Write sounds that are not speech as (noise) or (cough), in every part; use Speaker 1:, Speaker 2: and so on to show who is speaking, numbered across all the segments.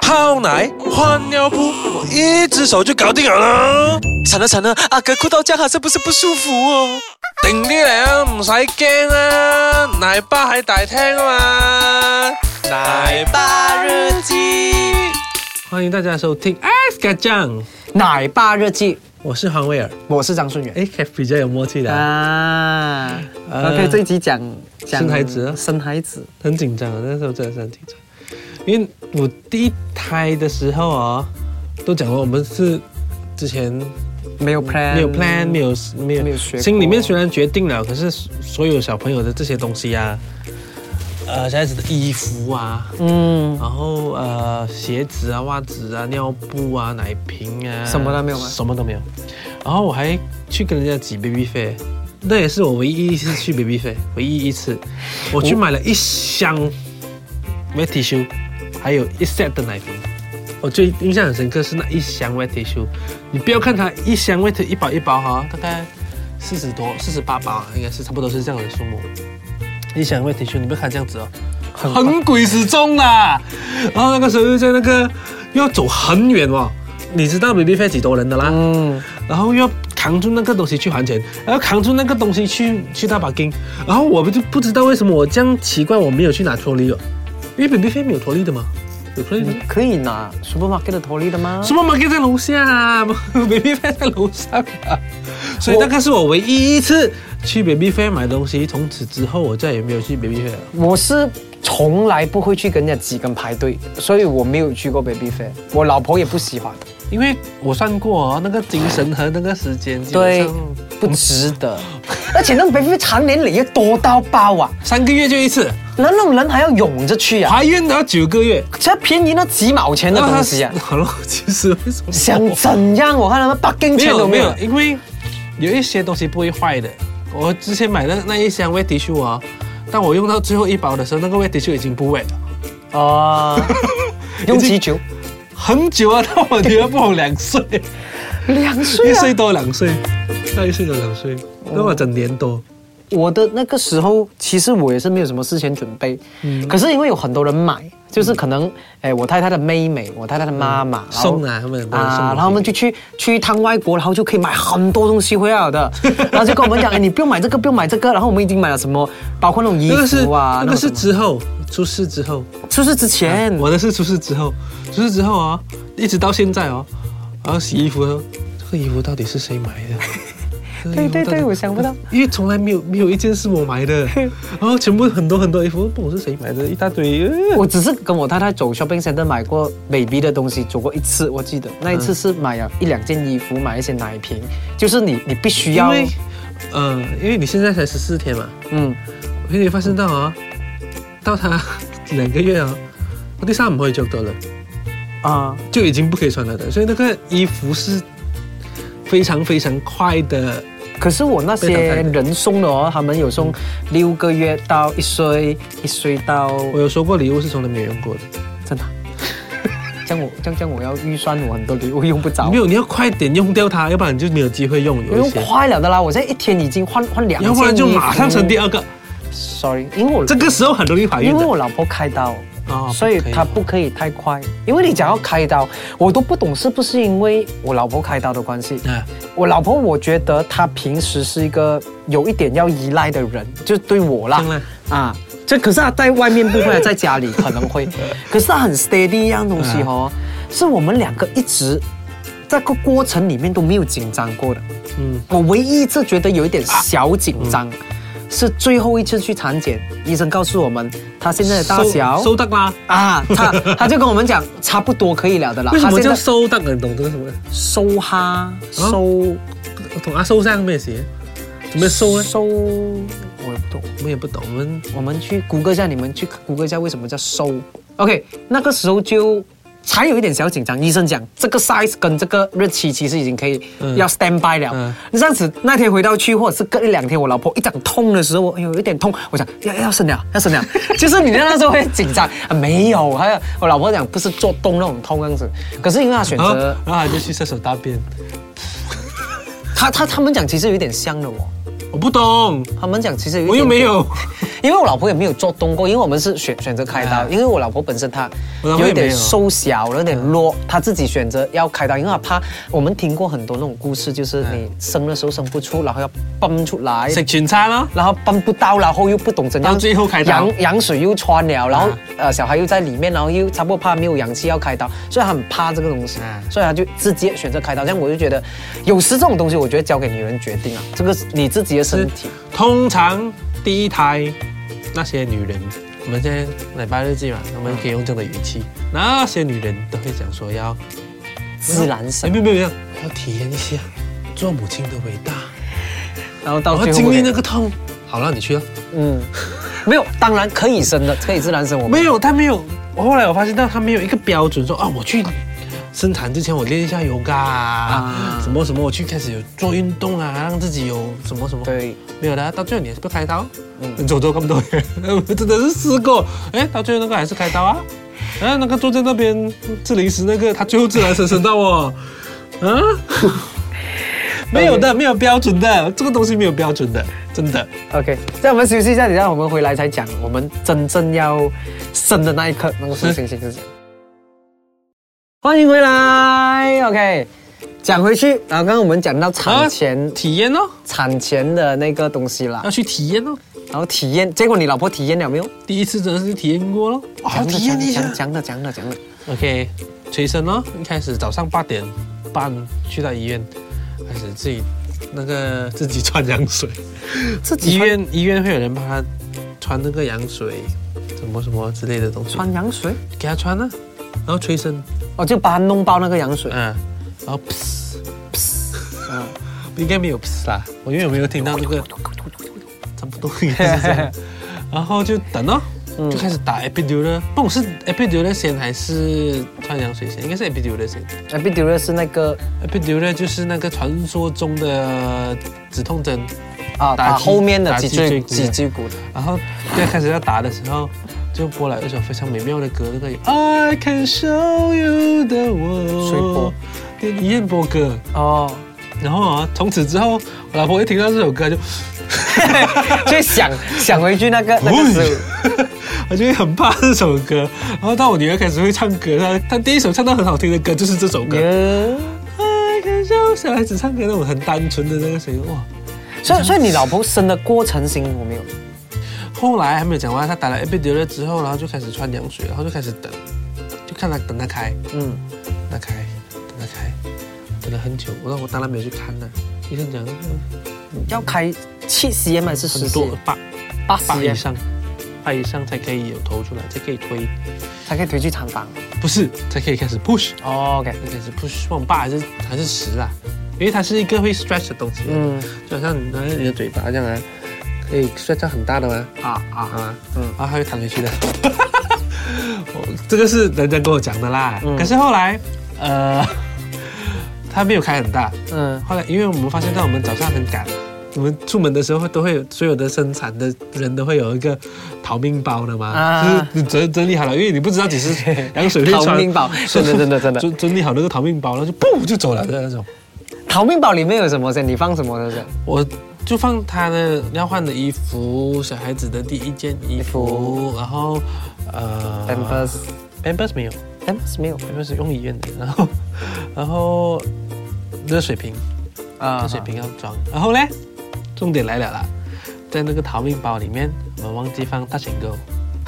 Speaker 1: 泡奶、换尿布，我一只手就搞定了啦。
Speaker 2: 惨了惨了，阿哥哭到这样，是不是不舒服哦？
Speaker 1: 定啲嚟啊，唔使惊啊，奶爸喺大厅啊嘛。奶
Speaker 2: 爸日记，
Speaker 1: 欢迎大家收听《S 卡酱》，
Speaker 2: 奶爸日记，
Speaker 1: 我是黄威尔。
Speaker 2: 我是张顺元
Speaker 1: 哎，比较有默契的啊，
Speaker 2: 啊。
Speaker 1: 呃
Speaker 2: OK，这一集讲讲
Speaker 1: 生孩子啊
Speaker 2: 生孩子，
Speaker 1: 很紧张啊，那时候真的是很紧张，因为我第一胎的时候啊、都讲过我们是之前
Speaker 2: 没有 plan，
Speaker 1: 没有 plan，没有没有
Speaker 2: 没有学过
Speaker 1: 心里面虽然决定了，可是所有小朋友的这些东西啊，呃，小孩子的衣服啊，
Speaker 2: 嗯，
Speaker 1: 然后呃，鞋子啊、袜子啊、尿布啊、奶瓶啊，
Speaker 2: 什么都没有吗
Speaker 1: 什么都没有。然后我还去跟人家挤 baby 费，那也是我唯一一次去 baby 费，唯一一次，我去买了一箱 wet tissue，还有一 set 的奶瓶。我最印象很深刻是那一箱 wet tissue，你不要看它一箱 wet 一包一包哈，大概四十多、四十八包啊，应该是差不多是这样的数目。一箱 wet tissue，你不要看它这样子哦，很很鬼始终
Speaker 2: 啊
Speaker 1: 啦。然后那个时候又在那个又要走很远哦，你知道 baby 费几多人的啦，
Speaker 2: 嗯，
Speaker 1: 然后又要扛住那个东西去还钱，然后扛住那个东西去去大把金，然后我就不知道为什么我这样奇怪，我没有去拿托利哦，因为 baby 费没有托利的嘛，有托利的吗。
Speaker 2: 可以拿 supermarket 的头利的吗？
Speaker 1: 什么 market 在楼 (laughs) 下啊，baby fair 在楼上啊，所以那个是我唯一一次去 baby fair 买东西，从此之后我再也没有去 baby fair 了。
Speaker 2: 我是从来不会去跟人家挤跟排队，所以我没有去过 baby fair，我老婆也不喜欢，
Speaker 1: 因为我算过哦，那个精神和那个时间基本
Speaker 2: 对
Speaker 1: 上，
Speaker 2: 不值得。而且那个 baby fair 长年累月多到爆啊，
Speaker 1: 三个月就一次，
Speaker 2: 那那种人还要涌着去啊，
Speaker 1: 怀孕都要九个月。
Speaker 2: 这便宜那几毛钱的东西啊
Speaker 1: 那，他好了， (laughs) 其实为什么
Speaker 2: 想怎样？我看他们八根
Speaker 1: 没
Speaker 2: 钱
Speaker 1: 有
Speaker 2: 都
Speaker 1: 没
Speaker 2: 没有
Speaker 1: 有，。因为有一些东西不会坏的。我之前买的那一箱 wet tissue 啊、当我用到最后一包的时候，那个 wet tissue 已经不 wet 了。 (laughs)
Speaker 2: 哦，用几久？
Speaker 1: 很久啊，到我女儿不红两
Speaker 2: (laughs)
Speaker 1: 岁，
Speaker 2: 两
Speaker 1: 一
Speaker 2: 岁啊嗯
Speaker 1: 岁！多两岁，到一岁多两岁，那么整年多。
Speaker 2: 我的那个时候，其实我也是没有什么事前准备，
Speaker 1: 嗯
Speaker 2: 可是因为有很多人买，就是可能，哎，我太太的妹妹，我太太的妈妈然后
Speaker 1: 送啊他们很多人送东
Speaker 2: 啊，
Speaker 1: 西
Speaker 2: 然后他们就去去一趟外国，然后就可以买很多东西回
Speaker 1: (laughs)
Speaker 2: 来的，然后就跟我们讲，哎，你不用买这个，不用买这个，然后我们已经买了什么，包括那种衣
Speaker 1: 那个是
Speaker 2: 服啊，
Speaker 1: 那个是
Speaker 2: 种什
Speaker 1: 之后出事之后，
Speaker 2: 么出事之前，
Speaker 1: 哎我的是出事之后，出事之后啊，一直到现在哦，然后洗衣服的时候，这个衣服到底是谁买的？
Speaker 2: (laughs)
Speaker 1: 这个衣服
Speaker 2: 对对
Speaker 1: 到底
Speaker 2: 我想不到，
Speaker 1: 因为从来没有没有一件是我买
Speaker 2: (laughs)
Speaker 1: 的，然后全部很多很多衣服，不懂是谁买的，一大堆。呃
Speaker 2: (laughs) 我只是跟我太太走 shopping center 买过 baby 的东西，走过一次，我记得那一次是买啊了一两件衣服，买一些奶瓶，就是你你必须
Speaker 1: 因
Speaker 2: 要，
Speaker 1: 为，呃，因为你现在才十四天嘛，
Speaker 2: 嗯，
Speaker 1: 我你發生得啊，到他 (laughs) 兩個月啊，嗰啲衫唔可以着到了，
Speaker 2: 啊、
Speaker 1: 就已經不可以穿了的，所以那個衣服是非常非常快的。
Speaker 2: 可是我那些人送的哦，他们有送六个月到一岁，一岁到
Speaker 1: 我有收過禮物是從來沒有用過的，
Speaker 2: 真的啊。这样我这样这样我要预算我很多礼物用不着
Speaker 1: 没，有，你要快点用掉它，要不然你就没有机会用
Speaker 2: 我
Speaker 1: 有一
Speaker 2: 用
Speaker 1: 些，
Speaker 2: 快了的啦，我现在一天已经换换两件
Speaker 1: 要不然就马上生第
Speaker 2: 二。
Speaker 1: 二个，
Speaker 2: Sorry，因为我
Speaker 1: 这个时候很容易怀孕
Speaker 2: 因为
Speaker 1: 的。
Speaker 2: 我老婆开刀，
Speaker 1: 哦
Speaker 2: 所以
Speaker 1: 不可以
Speaker 2: 她不可以太快。因为你讲要开刀，我都不懂是不是因为我老婆开刀的关系。
Speaker 1: 啊，
Speaker 2: 我老婆，我觉得她平时是一个有一点要依赖的人，就对我啦
Speaker 1: 真的，
Speaker 2: 啊。这可是她在外面不会啊，在家里可
Speaker 1: (laughs)
Speaker 2: 能会，可是她很 steady 一样东
Speaker 1: 嗯
Speaker 2: 西哦，是我们两个一直在个过程里面都没有紧张过的。
Speaker 1: 嗯，
Speaker 2: 我唯一一次觉得有一点小紧张，是最后一次去产检，医生告诉我们他现在的大
Speaker 1: 收
Speaker 2: 小
Speaker 1: 收得啦。
Speaker 2: 啊，他 (laughs) 他就跟我们讲差不多可以了的啦。
Speaker 1: 為什
Speaker 2: 他
Speaker 1: 麼
Speaker 2: 现
Speaker 1: 叫啊
Speaker 2: 在
Speaker 1: 收得啊？你懂這個什麼？
Speaker 2: 收哈收
Speaker 1: 同阿啊收生咩事？做咩收呢？
Speaker 2: 收，我也不懂。
Speaker 1: 我們也不懂，我們
Speaker 2: 我们去谷歌一下，你们去谷歌一下为什么叫收。OK，那个时候就才有一点小紧张。医生讲这个 size 跟这个日期其实已经可以、
Speaker 1: 嗯
Speaker 2: 要 stand by
Speaker 1: 嗯
Speaker 2: 了。那这样子那天回到去或者是隔一两天，我老婆一讲痛的时候，哎呦有一点痛，我讲要要生了，要
Speaker 1: (laughs)
Speaker 2: 生了。就是你那时候会紧张，啊、没有，还有我老婆讲不是做动那种痛这样子，可是因为她选
Speaker 1: 然後
Speaker 2: 择、
Speaker 1: 然後他就去廁所大便。
Speaker 2: 她她他们讲其实有一点像了我。哦
Speaker 1: 我不懂，
Speaker 2: 他们讲其实有一
Speaker 1: 我又
Speaker 2: 点
Speaker 1: 没有，
Speaker 2: 因为我老婆也没有做动过，因为我们是选选择开刀，
Speaker 1: 啊
Speaker 2: 因为我老婆本身她
Speaker 1: 我老婆
Speaker 2: 有
Speaker 1: 也
Speaker 2: 一点
Speaker 1: 没有
Speaker 2: 瘦小，有点弱，她自己选择要开刀，因为她怕我们听过很多那种故事，就是
Speaker 1: 哎
Speaker 2: 你生的时候生不出，然后要泵出来。
Speaker 1: 食全餐啊咯。
Speaker 2: 然后泵不到，然后又不懂怎样，
Speaker 1: 到最后开刀
Speaker 2: 羊羊水又穿了，然后、
Speaker 1: 啊
Speaker 2: 呃小孩又在里面，然后又差不多怕没有氧气要开刀，所以他很怕这个东西，
Speaker 1: 啊
Speaker 2: 所以他就直接选择开刀。这样我就觉得，有时这种东西我觉得交给女人决定啊，这个是你自己的身体。
Speaker 1: 通常第一胎那些女人，我们现在奶爸日记嘛，我们可以用这样的语气，那些女人都会讲说要
Speaker 2: 自然生
Speaker 1: 没有没有没有，要体验一下做母亲的伟大，
Speaker 2: 然后到
Speaker 1: 然哦后
Speaker 2: 最后
Speaker 1: 经历
Speaker 2: 我
Speaker 1: 那
Speaker 2: 也
Speaker 1: 个痛。好了，你去了。啊
Speaker 2: 嗯，没有，当然可以生的，可以自然生。我们
Speaker 1: 没有，他没有。我后来我发现到他没有一个标准说啊，我去生产之前我练一下 yoga 啊
Speaker 2: 啊，
Speaker 1: 什么什么，我去开始有做运动啊，让自己有什么什么。
Speaker 2: 对，
Speaker 1: 没有的，到最后你还是不开刀。嗯，走走这么多 (laughs) 人，我真的是试过，哎，到最后那个还是开刀啊。哎，那个坐在那边吃零食那个，他最后自然生生到哦， (laughs) 啊，没有的，没有标准的，这个东西没有标准的，真的。
Speaker 2: OK，这样我们休息一下，等一下我们回来才讲我们真正要生的那一刻那个事情是什么。欢迎回来，OK，讲回去，然后刚刚我们讲到产前、
Speaker 1: 体验哦，
Speaker 2: 产前的那个东西啦
Speaker 1: 要，去体验哦。
Speaker 2: 然后体验，结果你老婆体验了没有？
Speaker 1: 第一次真的是体验过咯，
Speaker 2: 讲
Speaker 1: 好
Speaker 2: 的
Speaker 1: 体验一下
Speaker 2: 讲。讲的讲的讲的，
Speaker 1: OK，催生咯，一开始早上八点半去到医院，开始自己那个自己穿羊水，
Speaker 2: 自
Speaker 1: 医
Speaker 2: 己穿
Speaker 1: 院医院会有人帮他穿那个羊水，什么什么之类的东西，
Speaker 2: 穿羊水，
Speaker 1: 给他穿啊，然后催生，
Speaker 2: 哦，就把它弄爆那个羊水
Speaker 1: 嗯，，然后噗，
Speaker 2: 嗯，
Speaker 1: 应该没有噗啦，我因为我没有听到那个，差不多应该是这
Speaker 2: (laughs)
Speaker 1: 样，然后就等咯。
Speaker 2: 嗯
Speaker 1: 就开始打 epidural，不懂是 epidural 先还是穿羊水先，应该是 epidural 先。
Speaker 2: 那 b i d u r 是那个
Speaker 1: epidural 就是那个传说中的止痛针，
Speaker 2: 啊，
Speaker 1: 打
Speaker 2: 打
Speaker 1: 脊
Speaker 2: 后面的
Speaker 1: 打
Speaker 2: 脊
Speaker 1: 脊
Speaker 2: 椎
Speaker 1: 椎骨
Speaker 2: 脊椎骨的。
Speaker 1: 然后在开始要打的时候，就播了一首非常美妙的歌，那个有 I can show you 的我，
Speaker 2: 谁播？
Speaker 1: 跟燕播歌。
Speaker 2: 哦， (laughs)
Speaker 1: 然后啊，从此之后，我老婆一听到这首歌就，啊
Speaker 2: 就想想回去那个那个时候，
Speaker 1: 我就会很怕这首歌。然后到我女儿开始会唱歌，她她第一首唱到很好听的歌就是这首歌。
Speaker 2: 耶
Speaker 1: I can show 小孩子唱歌那种很单纯的那个声音，哇！
Speaker 2: 所以所以你老婆生的过程辛苦没有？
Speaker 1: 后来还没有讲完，他打了 epidural 之后，然后就开始穿羊水，然后就开始等，就看他等他开，
Speaker 2: 嗯，
Speaker 1: 等他开，等他开，等了很久。我我当然没有去看了，医生讲嗯
Speaker 2: 要开七 cm 还是十
Speaker 1: 很
Speaker 2: cm？
Speaker 1: 多八
Speaker 2: 八
Speaker 1: 八以
Speaker 2: cm
Speaker 1: 上，八以上才可以有头出来，才可以推，
Speaker 2: 才可以推去产房。
Speaker 1: 不是才可以开始 push，
Speaker 2: 哦 OK，
Speaker 1: 才开始 push。忘八还是还是十啦，因为它是一个会 stretch 的东西，嗯，
Speaker 2: 嗯
Speaker 1: 就好像你拿你的嘴巴这样啊，可以 stretch 到很大的吗？
Speaker 2: 啊啊，
Speaker 1: 啊，嗯，
Speaker 2: 嗯
Speaker 1: 然后他会弹回去的。 (laughs) 我这个是人家跟我讲的啦，
Speaker 2: 嗯
Speaker 1: 可是后来，呃， (laughs) 他没有开很大。
Speaker 2: 嗯
Speaker 1: 后来，因为我们发现到我们早上很赶，我们出门的时候都会有所有的生产的人都会有一个逃命包的嘛，
Speaker 2: 啊
Speaker 1: 就是你整整理好了，因为你不知道几时羊水 (laughs) 会穿
Speaker 2: 逃命包真的真的真的
Speaker 1: 整整理好那个逃命包，然后就噗就走了的那种。
Speaker 2: 逃命宝里面有什么先？你放什么的先？
Speaker 1: 我就放他的要换的衣服，小孩子的第一件衣服，
Speaker 2: 服
Speaker 1: 然后呃
Speaker 2: Pampers
Speaker 1: Pampers 没有
Speaker 2: Pampers 没有
Speaker 1: ，Pampers 是用医院的，然后然后热水瓶，
Speaker 2: 啊
Speaker 1: 热水瓶要装，然后嘞，重点来了啦，在那个逃命包里面，我们忘记放大 o 购，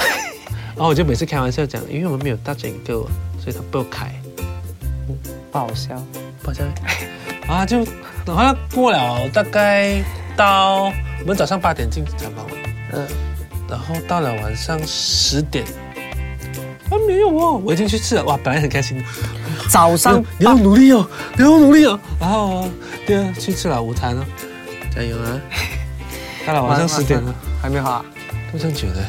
Speaker 1: (laughs) 然后我就每次开玩笑讲，因为我们没有大 o 购，所以他不开。
Speaker 2: 不好笑。
Speaker 1: 好像 (laughs) 啊，就好像过了大概到我们早上八点进产房，
Speaker 2: 嗯，
Speaker 1: 然后到了晚上十点，啊没有哦，我已经去吃了，哇，本来很开心的，
Speaker 2: 早上
Speaker 1: 你要努力哦，你要努力哦，然后啊对啊，去吃了午餐哦，加油啊！到了晚上十点了，
Speaker 2: 还没有啊？
Speaker 1: 都这样觉得，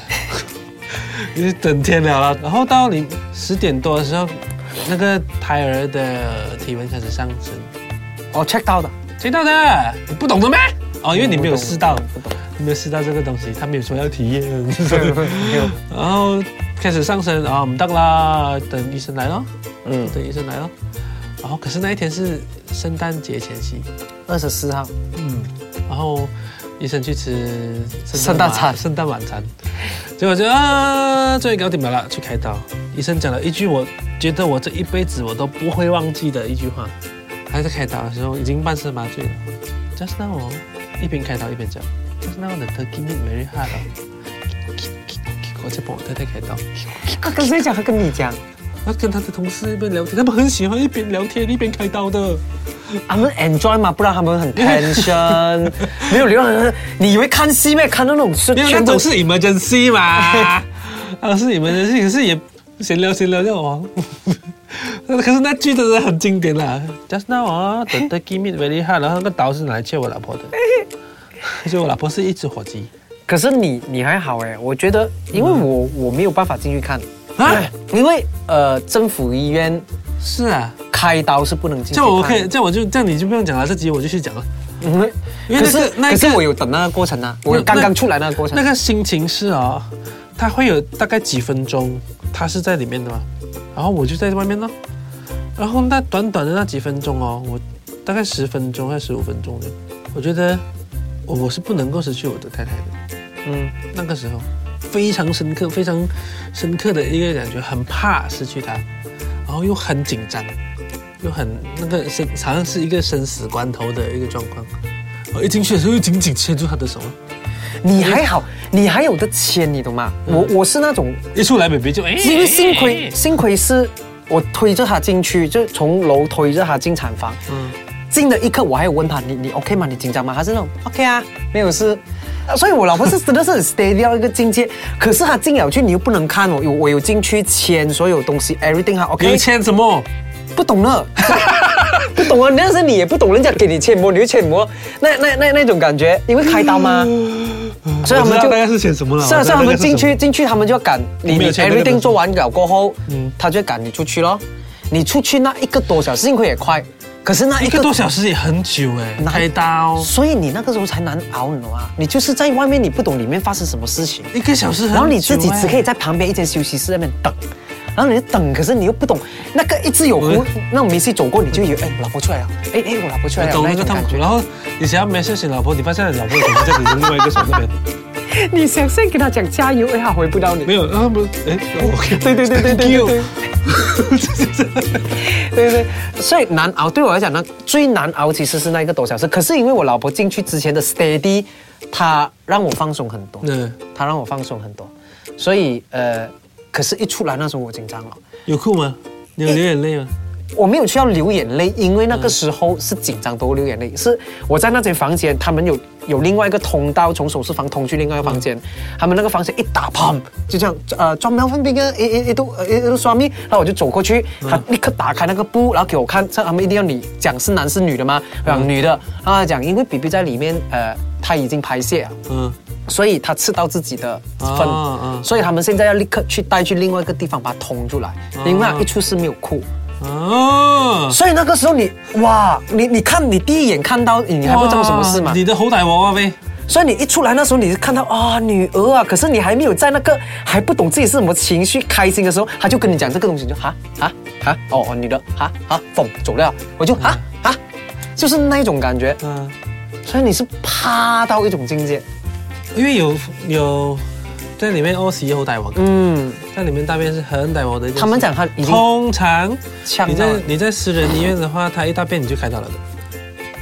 Speaker 1: 因为等天了啦，然后到你十点多的时候，那个胎儿的体温开始上升。
Speaker 2: 哦 check
Speaker 1: (laughs)
Speaker 2: 到的，
Speaker 1: 听到的，你不懂的咩？哦，因为你没有试到，
Speaker 2: 不懂，
Speaker 1: 你没有试到这个东西，他没有说要体验。
Speaker 2: 不懂没有，
Speaker 1: 然后开始上升啊，唔得啦，等医生来咯，
Speaker 2: 嗯，
Speaker 1: 等医生来咯。然后可是那一天是圣诞节前夕，
Speaker 2: 二十四号，
Speaker 1: 嗯，然后医生去吃
Speaker 2: 圣诞餐
Speaker 1: 圣诞晚餐，结果就啊，终于搞定了啦，去开刀。医生讲了一句我觉得我这一辈子我都不会忘记的一句话，还在开刀的时候已经半身麻醉了。Just now 哦，一边开刀一边讲，Just now the turkey meat very hard 哦。我在帮我太太开刀， (laughs)
Speaker 2: 他跟谁讲？他跟你讲。
Speaker 1: 他跟他的同事一边聊天，他们很喜欢一边聊天一边开刀的。
Speaker 2: 他们 enjoy 嘛，不然他们
Speaker 1: (laughs)
Speaker 2: 很 tension，没有流量。你以为看戏咩？看到那种是
Speaker 1: 没有，那
Speaker 2: 全
Speaker 1: 种
Speaker 2: 都是
Speaker 1: 是 emergency 嘛， (laughs) 啊是 emergency，可是也闲聊闲聊就哦。 (laughs) 可是那句真的很经典啦，Just now (laughs) 啊、t h e turkey meat very hard，然后那个刀是拿来切我老 (laughs) 婆的，所以我老婆是一只火鸡
Speaker 2: 可是你你还好哎，我觉得，因为我我没有办法进去看，
Speaker 1: 嗯啊，
Speaker 2: 因为呃政府医院
Speaker 1: 是啊，
Speaker 2: 开刀是不能进去
Speaker 1: 这
Speaker 2: 看。
Speaker 1: 样我可以，这样我就这样你就不用讲了，这集我就去讲了。
Speaker 2: 嗯，
Speaker 1: 因为
Speaker 2: 可
Speaker 1: 那个
Speaker 2: 是
Speaker 1: 那个
Speaker 2: 可是我有等那个过程啊，我
Speaker 1: 那
Speaker 2: 刚刚出来那个过程
Speaker 1: 那。个心情是哦，它会有大概几分钟，它是在里面的嘛，然后我就在外面咯，然后那短短的那几分钟哦，我大概十分钟还是十五分钟的，我觉得我我是不能够失去我的太太的，
Speaker 2: 嗯，
Speaker 1: 那个时候非常深刻、非常深刻的一个感觉，很怕失去她，然后又很紧张，又很那个生好像是一个生死关头的一个状况。我一进去的时候，又紧紧牵住她的手，
Speaker 2: 你还好，你还有的签，你懂吗？
Speaker 1: 嗯
Speaker 2: 我我是那种
Speaker 1: 一出来，baby 就哎，
Speaker 2: 因为幸
Speaker 1: 哎
Speaker 2: 亏幸亏是我推着他进去，就从楼推着他进产房。
Speaker 1: 嗯
Speaker 2: 进的一刻，我还有问他，你你 OK 吗？你紧张吗？他是那种 OK 啊，没有事。啊所以，我老婆是真的是很 steady 到一个境界。可是她进了去，你又不能看哦我，有我有进去签所有东西，everything 她 OK
Speaker 1: 你。签什么？
Speaker 2: 不
Speaker 1: (laughs)
Speaker 2: 懂了，不懂啊！但是你也不懂人家给你切膜，你就切膜，那那那那种感觉，因为开刀吗？所以
Speaker 1: 嗯
Speaker 2: 他
Speaker 1: 我
Speaker 2: 们
Speaker 1: 知道
Speaker 2: 就
Speaker 1: 大概是签什么了
Speaker 2: 是啊，
Speaker 1: 我知
Speaker 2: 所
Speaker 1: 道
Speaker 2: 以他
Speaker 1: 大概
Speaker 2: 们
Speaker 1: 是什
Speaker 2: 进
Speaker 1: 么
Speaker 2: 去进去，他们就要赶你，
Speaker 1: 没
Speaker 2: 你
Speaker 1: 有签那个东
Speaker 2: everything
Speaker 1: 西
Speaker 2: 做完了过后，
Speaker 1: 嗯
Speaker 2: 他就赶你出去咯。你出去那一个多小时，幸亏也快，可是那一
Speaker 1: 一
Speaker 2: 个
Speaker 1: 个多小时也很久哎，
Speaker 2: 哪
Speaker 1: 开刀
Speaker 2: 所以你那个时候才难熬，你懂吗？你就是在外面，你不懂里面发生什么事情。
Speaker 1: 一个小时很久哎，
Speaker 2: 然后你自己只可以在旁边一间休息室那边等，然后你就等，可是你又不懂那个一直有
Speaker 1: 我
Speaker 2: 狐那种明星走过，你就以为哎我老婆出来了，哎哎我老婆出来了
Speaker 1: 懂
Speaker 2: 那
Speaker 1: 那
Speaker 2: 一
Speaker 1: 个痛
Speaker 2: 种感
Speaker 1: 苦，
Speaker 2: 觉。
Speaker 1: 然后你想要 message 你老婆，你发现你老婆已经在你的另外一个手那边，
Speaker 2: 你想先跟他讲加油，哎他回不到你
Speaker 1: 没。有，然后不，哎，OK，
Speaker 2: 对对对对对
Speaker 1: Thank
Speaker 2: 对
Speaker 1: you
Speaker 2: 对。对对，所以难熬对我来讲呢，最难熬其实是那一个多小时。可是因为我老婆进去之前的 steady，她让我放松很多。
Speaker 1: 嗯，
Speaker 2: 他让我放松很多，所以呃，可是一出来那时候我紧张了，
Speaker 1: 有哭吗？你有流眼泪吗？
Speaker 2: 我没有需要流眼泪，因为那个时候是紧张都流眼泪，是我在那间房间，他们有有另外一个通道，从手术房通去另外一个房间，他们那个房间一打砰，就这样呃装苗粪病啊，一一一都呃一一都刷咪，然后我就走过去，他立刻打开那个布，然后给我看，这他们一定要你讲是男是女的吗？我讲女的，然后他讲因为 B B 在里面呃他已经排泄啊了。
Speaker 1: 嗯，
Speaker 2: 所以他吃到自己的粪，
Speaker 1: 啊啊
Speaker 2: 所以他们现在要立刻去带去另外一个地方把它通出来，因为他一出事没有哭。
Speaker 1: 啊哦，
Speaker 2: 所以那个时候你哇，你你看你第一眼看到你还不知道什么事嘛
Speaker 1: 啊哇，你的猴仔娃娃呗，
Speaker 2: 所以你一出来那时候你是看到啊、女儿啊，可是你还没有在那个还不懂自己是什么情绪开心的时候，他就跟你讲这个东西，你就哈哈哈哦哦女的哈哈疯走了，我就哈哈，就是那一种感觉，
Speaker 1: 嗯，
Speaker 2: 所以你是趴到一种境界，
Speaker 1: 因为有有在里面屙屎猴仔娃，
Speaker 2: 嗯，
Speaker 1: 在里面大便是很歹娃的一件事，
Speaker 2: 他们讲他已经
Speaker 1: 通常
Speaker 2: 呛
Speaker 1: 你
Speaker 2: 到了
Speaker 1: 在。你在私人医院的话，他一大便你就开刀了的，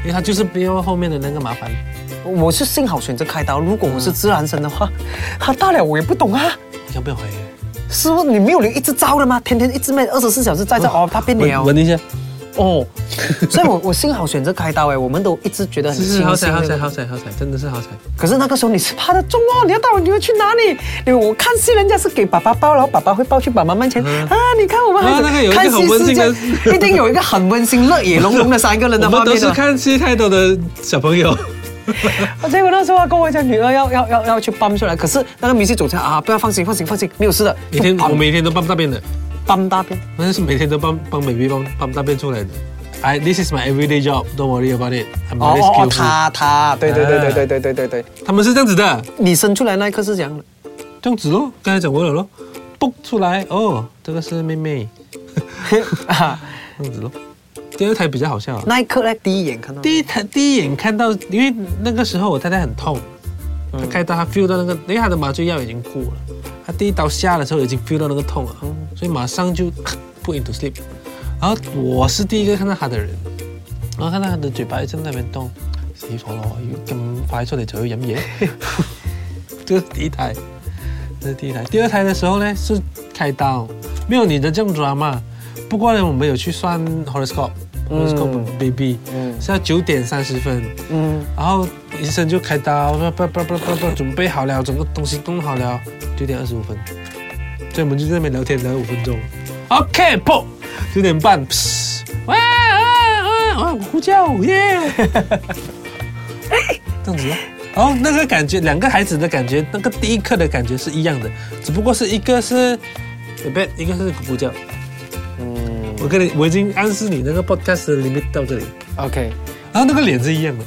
Speaker 1: 因为他就是不要后面的那个麻烦。
Speaker 2: 我是幸好选择开刀，如果我
Speaker 1: 嗯
Speaker 2: 是自然生的话， (laughs) 他大了我也不懂啊。
Speaker 1: 你要不要回？
Speaker 2: 师傅，你没有人一直招的吗？天天一直卖二十四小时在这哦，他变
Speaker 1: 闻
Speaker 2: 了
Speaker 1: 闻一下，
Speaker 2: 哦。 (laughs) 所以我我幸好选择开刀哎，我们都一直觉得很
Speaker 1: 是
Speaker 2: 庆
Speaker 1: 是
Speaker 2: 幸。
Speaker 1: 好彩好彩好彩好彩，真的是好彩。
Speaker 2: 可是那个时候你是怕的重哦，你要带我女儿去哪里？因为我看戏人家是给爸爸抱，然后爸爸会抱去爸妈面前、
Speaker 1: 嗯
Speaker 2: 啊。你看我们孩
Speaker 1: 啊
Speaker 2: 子、
Speaker 1: 那个有一个
Speaker 2: 看戏
Speaker 1: 很温馨的
Speaker 2: 世
Speaker 1: (laughs)
Speaker 2: 界一定有一个很温馨、乐也融融的三个
Speaker 1: 我
Speaker 2: 人的画
Speaker 1: 们都
Speaker 2: 面啊
Speaker 1: 是
Speaker 2: 哦的。
Speaker 1: 看戏太多的小朋
Speaker 2: (laughs)
Speaker 1: 友，
Speaker 2: 结果那时候他跟我讲，女儿要要要要去搬出来，可是那个明星走出来啊，不要放心放心放心，没有事的。
Speaker 1: 每天
Speaker 2: 就砰
Speaker 1: 我每天都帮大便的，
Speaker 2: 搬大便。
Speaker 1: 那是每天都帮帮 baby 帮帮大便出来的。I this is my everyday job, don't worry about it. I'm
Speaker 2: 哦
Speaker 1: very
Speaker 2: 哦
Speaker 1: skillful.
Speaker 2: 哦，他他，对对对对对对对对对，
Speaker 1: 他们是这样子的，
Speaker 2: 你生出来那一刻是这样的，
Speaker 1: 这样子咯，刚才讲过了咯。蹦出来哦，这个是妹妹， (laughs)
Speaker 2: 啊
Speaker 1: 这样子咯。第二台比较好笑啊。
Speaker 2: 那一刻呢，第一眼看到，
Speaker 1: 第一台第一眼看到，因为那个时候我太太很痛，他开刀，他 feel 到那个，因为他的麻醉药已经过了，他第一刀下的时候已经 feel 到那个痛了，所以马上就 put into sleep。然后我是第一个看到他的人，然后看到他的嘴巴一直在那边动，死火咯！要咁快出嚟就要飲嘢，这是第一胎，这是第一胎。第二胎的时候呢是开刀，没有你的症状嘛。不过呢，我们有去算 horoscope。horoscope baby，、
Speaker 2: 嗯
Speaker 1: 是要九点三十分，
Speaker 2: 嗯，
Speaker 1: 然后医生就开刀，叭叭叭叭叭叭，准备好了，整个东西弄好了，九点二十五分，所以我们就在那边聊天聊了五分钟。OK，破九点半，噗哇哇哇哇，呼叫耶，这样子啊。然后那个感觉，两个孩子的感觉，那个第一刻的感觉是一样的，只不过是一个是 b 一个是呼叫。
Speaker 2: 嗯
Speaker 1: 我跟你，我已经暗示你那个 podcast 的 limit 到这里，
Speaker 2: ，OK，
Speaker 1: 然后那个脸是一样的。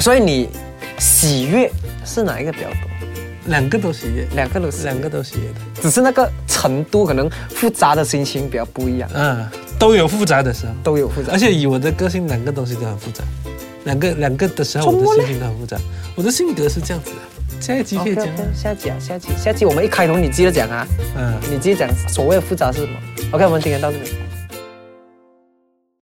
Speaker 2: 所以你喜悦是哪一个比较多？
Speaker 1: 两个都喜悦，
Speaker 2: 两个都是，
Speaker 1: 两个都喜悦的，
Speaker 2: 只是那个程度可能复杂的心情比较不一样，
Speaker 1: 嗯，都有复杂的时候，
Speaker 2: 都有复杂
Speaker 1: 而。且以我的个性，两个东西都很复杂，两个两个的时候，
Speaker 2: 怎么
Speaker 1: 我的
Speaker 2: 嘞
Speaker 1: 心情都很复杂，我的性格是这样子的。下一集可以
Speaker 2: OK
Speaker 1: 讲
Speaker 2: OK，
Speaker 1: 吗，
Speaker 2: 下集啊，下集，下集我们一开头你记得讲啊，
Speaker 1: 嗯，
Speaker 2: 你记得讲所谓的复杂是什么？OK，我们今天到这里。